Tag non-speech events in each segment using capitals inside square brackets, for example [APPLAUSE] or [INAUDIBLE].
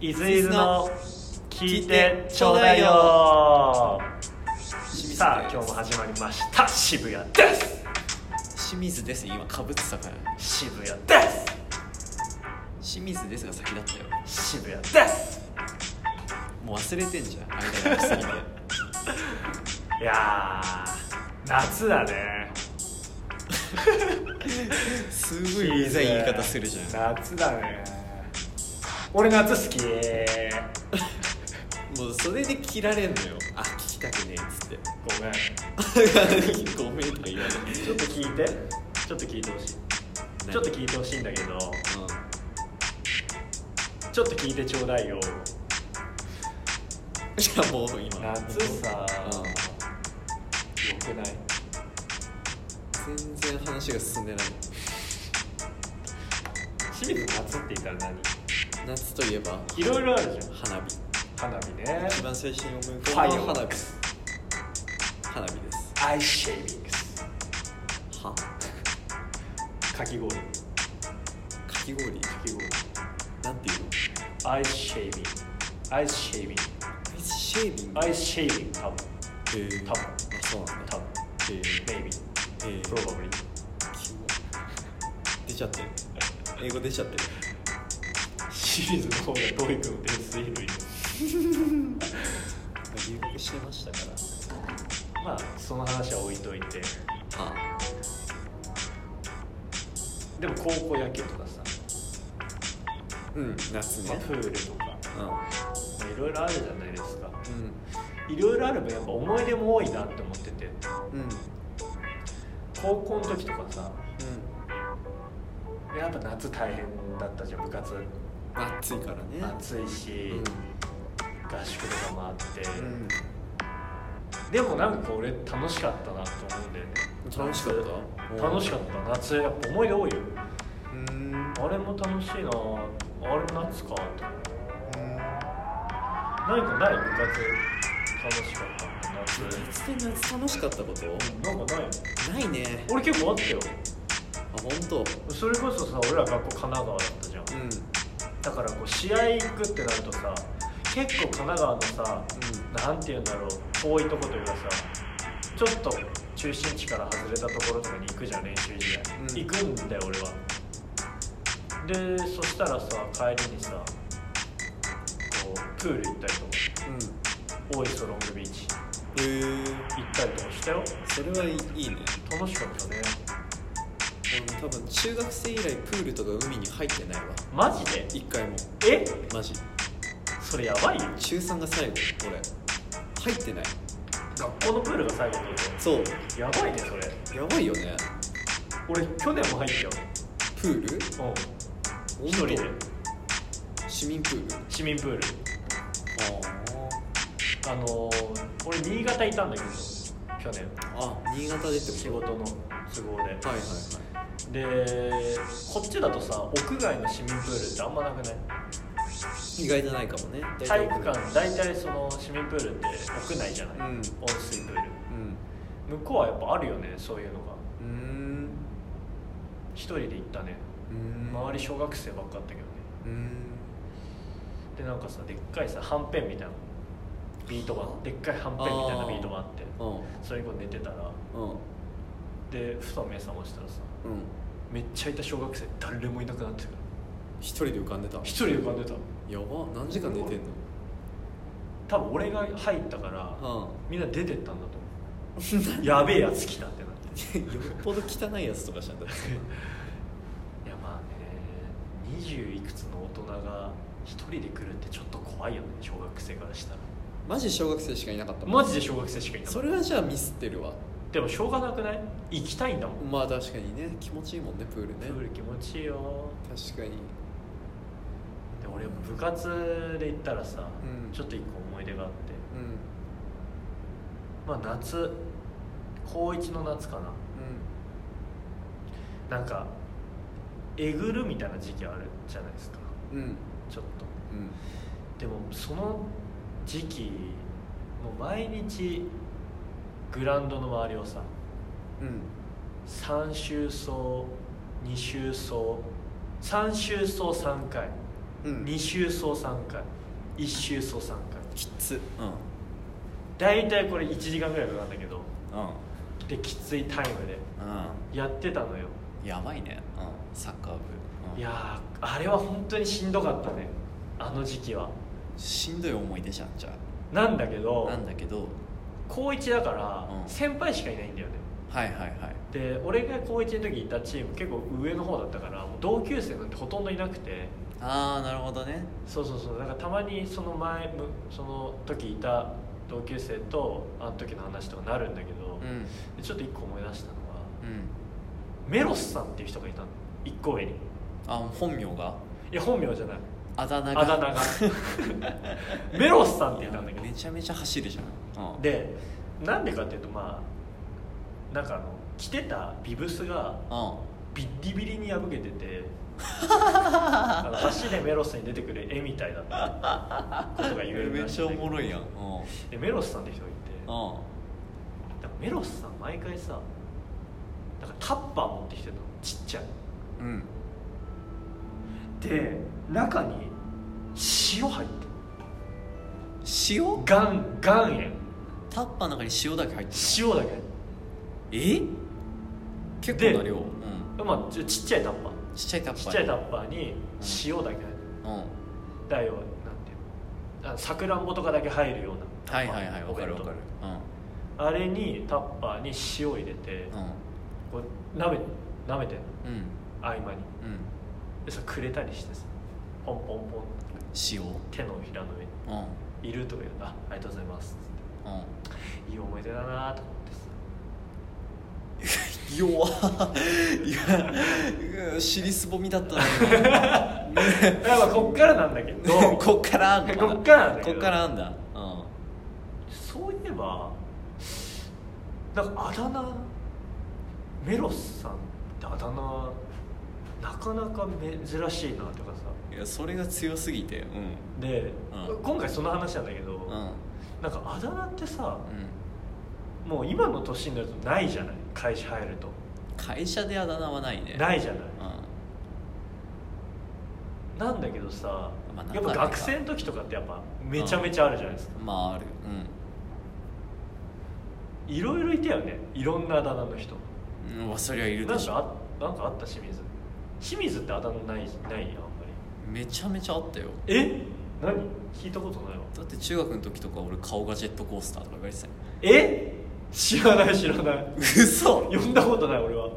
いずいずの聞いてちょうだいよさあ今日も始まりました渋谷です清水です今かぶってたから渋谷で清水ですが先だったよす渋谷ですもう忘れてんじゃん間が空きすぎていやー夏だねすごい言いざい言い方するじゃ夏だね俺夏好きんもうそれで切られんのよあ聞きたくねえっつって [LAUGHS] ごめん「ごめん」とか言われてちょっと聞いてちょっと聞いてほしいちょっと聞いてほしいんだけどちょっと聞いてちょうだいようんじゃあもう今夏さうんよくない全然話が進んでない清水夏って言ったら何夏といえばいろいろあるじゃん花火花火ね一番最初に思い浮ファかぶのはイ花ア火花火ですアイシェービングスはかき氷かかきき氷氷なんていうのアイシェービングアイシェービンアイスシェービンググアイシェービング多分えー多分あそうなんだ多分えー maybe えー probably キモ出ちゃってる英語出ちゃってる清水の方がトイ君の点数低い留学してましたからまあその話は置いといてあでも高校野球とかさ、うん夏まあ、ねプールとか、まあ、いろいろあるじゃないですかういろいろある分やっぱ思い出も多いなって思っててんうんうん高校の時とかさやっぱ夏大変だったじゃん部活暑いからね暑いし、合宿とかもあって、うん、うん、でもなんか俺楽しかったなと思うんだよね楽しかった夏楽しかった夏やっぱ思い出多いようーんあれも楽しいなあれも夏かと思って何かない部活楽しかったの夏夏で夏楽しかったことなんかないのないね俺結構あったよあ本当それこそさ俺ら学校神奈川だったじゃんうんうんだからこう試合行くってなるとさ結構神奈川のさなんて言うんだろう遠いとこというかさちょっと中心地から外れたところとかに行くじゃん練習試合、うん行くんだよ俺はでそしたらさ帰りにさこうプール行ったりうんとか大磯ロングビーチへえ行ったりとかしたよそれはいいいね楽しかったね俺多分中学生以来プールとか海に入ってないわマジで一回もえマジそれやばいよ中3が最後俺入ってない学校のプールが最後ってこそうとやばいねそれやばいよね俺去年も入ったよプールうん本一人当で市民プール市民プールああのー、俺新潟いたんだけど去年ああ新潟でってこと仕事の都合ではいはいはいでこっちだとさ屋外の市民プールってあんまなくない意外じゃないかもね体育館大体その市民プールって屋内じゃない、うん温水プーうんル向こうはやっぱあるよねそういうのがうーん一人で行ったねうーん周り小学生ばっかだったけどねうーんでなんかさでっかいさはんぺんみたいなビートがでっかいはんぺんみたいなビートがあってうんそれ以降寝てたらうんでふと目覚ましたらさうんめっちゃいた小学生誰もいなくなってたから一人で浮かんでたや一人浮かんでたば何時間寝てん多分俺が入ったからのうみんな出てったんだと [LAUGHS] 思うやべえやつ来たってなってん [LAUGHS] よっぽど汚いやつとかしたんだいやまあね20いくつの大人が一人で来るってちょっと怖いよね小学生からしたらマジ小学生しかいなかったもんマジで小学生しかいなかっそれはじゃあミスってるわたでもしょうがなくない行きたいんだもんまあ確かにね気持ちいいもんねプールプねール気持ちいいよ確かにで俺部活で行ったらさ、うんちょっと一個思い出があってうんうんまあ夏高1の夏かななんかえぐるみたいな時期あるじゃないですかうんうんちょっとでもその時期もう毎日グラウンドの周りをさうん3周走2周走3周走3回うん2周走3回1周走3回きつうん大体これ1時間ぐらいかかるんだけどうんできついタイムでうやってたのよ、んやばいねうんサッカー部うんいやーあれは本当にしんどかったねあの時期はしんどい思い出じゃんじゃなんだけあどなんだけど高1だからうん先輩しかいないんだよねはいはいはいで俺が高1の時いたチーム結構上の方だったからもう同級生なんてほとんどいなくてああなるほどねそうそうそうだからたまにその前むその時いた同級生とあの時の話とかなるんだけど、うんでちょっと一個思い出したのはうんメロスさんっていう人がいたの一個上にいあ本名がや本名じゃないあだ名があだ [LAUGHS] 名がメロスさんっていたんだけめちゃめちゃ走るじゃん、うどん、でなんでかっていうとまあなんかあの着てたビブスがうんビッリビリに破けててあの走れメロスに出てくる絵みたいだったことが言えるめっらしちゃいおんだけどもろいやんうんうんでメロスさんって人がいてだからメロスさん毎回さなんかタッパー持ってきてたのちっちゃいうんで中に塩入ってる塩岩岩塩タッパーの中に塩だけ入ってる塩だけえ結構な量うんまあちょちっちゃいタッパーちっちゃいタッパーちっちゃいタッパーに塩だけ入ってるうんはだよなんていうのあのさくらんぼとかだけ入るようないはいはいわかるお弁わかる当あれにタッパーに塩入れてうんこう舐め舐めてんのうんうん合間にうんでそれくれたりしてさポンポンポン塩うん手のひらの上にうんいるとか言うとあありがとうございますっつっうんていい思い出だなと思ってさ弱いやうん尻すぼみだったな [LAUGHS] だからまあこっからなんだけどこっからあんだこっからなんだけこどっからあんだうんそういえばなんかあだ名メロスさんってあだ名なかなか珍しいなとかさいやそれが強すぎてうんで、うん今回その話なんだけど、うんうんなんかあだ名ってさもう今の年になるとないじゃない会社入ると、会社であだ名はないねないじゃないうんなんだけどさ、まあやっぱなんか学生の時とかってやっぱめちゃめちゃあるじゃないですか、まああるいろいろいたよねいろんなあだ名の人うんうんわそりゃいるなでんしかょあなんかあった清水清水ってあだ名ないないよあんまりめちゃめちゃあったよえ何聞いたことないわだって中学の時とか俺顔がジェットコースターとか言われてたよえ知らない知らない嘘呼んだことない俺は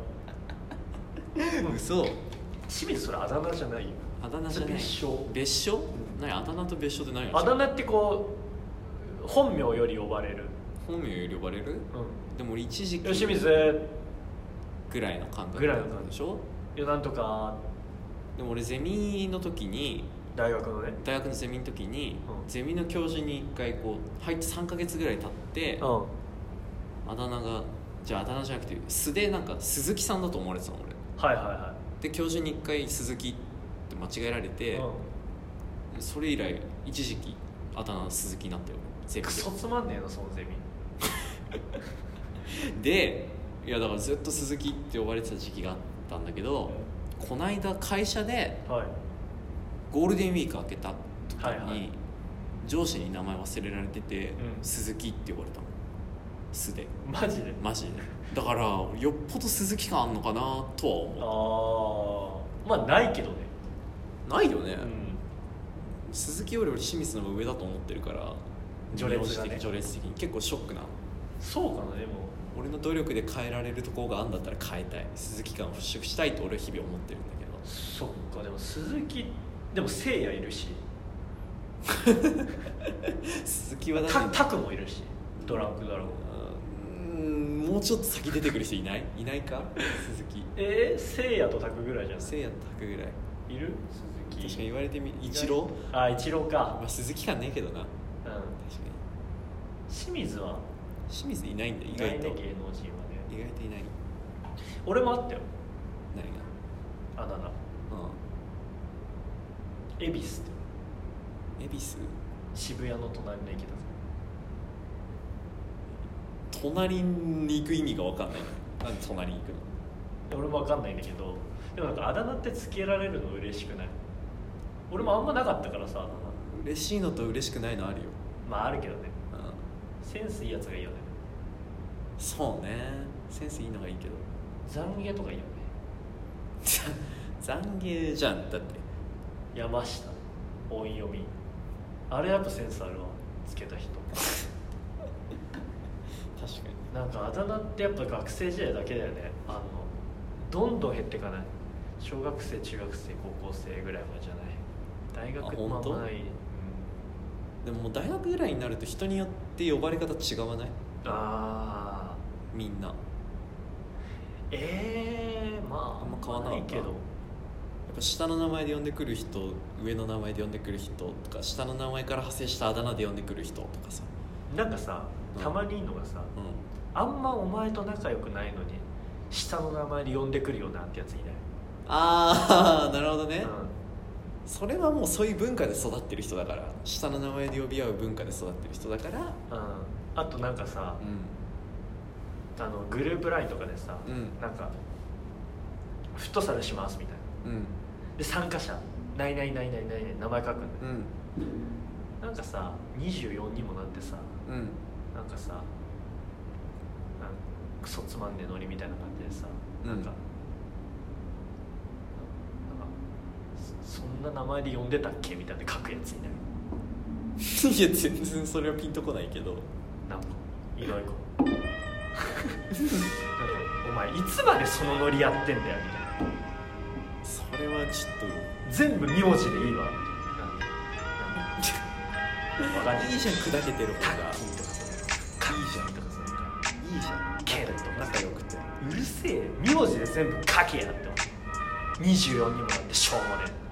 嘘清水それあだ名じゃないよあだ名じゃない別称別所何あだ名と別所って何があ違うだ名ってこう本名より呼ばれる、本名より呼ばれるうでも俺一時ん、よ清期水ぐらいの感覚ぐらいの感じでしょよなんとかでも俺ゼミの時に大学のね大学のゼミの時うに、んゼミの教授に一回こう入って3か月ぐらい経って、うんあだ名がじゃああだ名じゃなくて素でなんか鈴木さんだと思われてたの俺はいはいはで教授に一回鈴木って間違えられい、て、それ以来一時期あだ名鈴木になったようん、全部クソつまんねえのそのゼミでいやだからずっと鈴木って呼ばれてた時期があったんだけど、こないだ会社ではいゴールデンウィーク明けた時に、はいはい上司に名前忘れられてて、うん鈴木って呼ばれたの素でマジでマジでだからよっぽど鈴木感あんのかなとはあ思あまあないけどね、うないよね、うん、鈴木より俺清水の方が上だと思ってるから序列がね名字的序列的に結構ショックなそうかなでも俺の努力で変えられるところがあるんだったら変えたい鈴木感を払拭したいと俺は日々思ってるんだけどそっかでも鈴木でもせいやいるし鈴木はだたってタクもいるしドランクドラゴンうーんもうちょっと先出てくる人いないいないか鈴木えー、せいやとタクぐらいじゃなせいやたくぐらいいいる確鈴か木に言われてみ一郎あ一郎かまあ鈴木感ねえけどなうん確かに清水は清水いないんだ意いないね外と芸能意人はね外といない俺もあったよ何があだ名恵比寿ってうん恵比寿渋谷の隣の駅だぞ隣に行く意味が分かんないなんで隣に行くの俺もわかんないんだけどでもなんかあだ名ってつけられるの嬉しくない俺もあんまなかったからさ嬉しいのと嬉しくないのあるよ、まああるけどねうん、センスいいやつがいいよねそうねセンスいいのがいいけど残悔とかいいよね残悔じゃんだって山下音読みあれやっぱセンスあるわつけた人確かになんかあだ名ってやっぱ学生時代だけだよねあのどんどん減っていかない小学生中学生高校生ぐらいまでじゃない大あ学もあ本ん当まないうんでももう大学ぐらいになると人によって呼ばれ方違わないああみんなええー、まああんま変わんなかったいけどやっぱ下の名前で呼んでくる人上の名前で呼んでくる人とか下の名前から派生したあだ名で呼んでくる人とかさなんかさうんたまにいいのがさ、うんあんまお前と仲良くないのに下の名前で呼んでくるよなってやついないああなるほどね、うそれはもうそういう文化で育ってる人だから下の名前で呼び合う文化で育ってる人だからん、うん、あとなんかさうあのグループラインとかでさ、うんなんか「フットサルします」みたいなんうんで参加者「ないないないないないない」名前書くんだうよ、んなんかさ24にもなってさうん [LAUGHS] なんかさなんクソつまんねえノリみたいな感じでさ、なんかうんなんかそそんな名前で呼んでたっけみたいな書くやついないいや全然それはピンとこないけどなんかいないかなんかお前いつまでそのノリやってんだよみたいなそれはちょっ全部名字でいいわわかんなといいいじゃん砕けてるタ方ッがキーとかさカッキーとかさいいじゃんケルとか仲良くてうるせえ名字で全部書けやって思う24にもなってしょうもねえ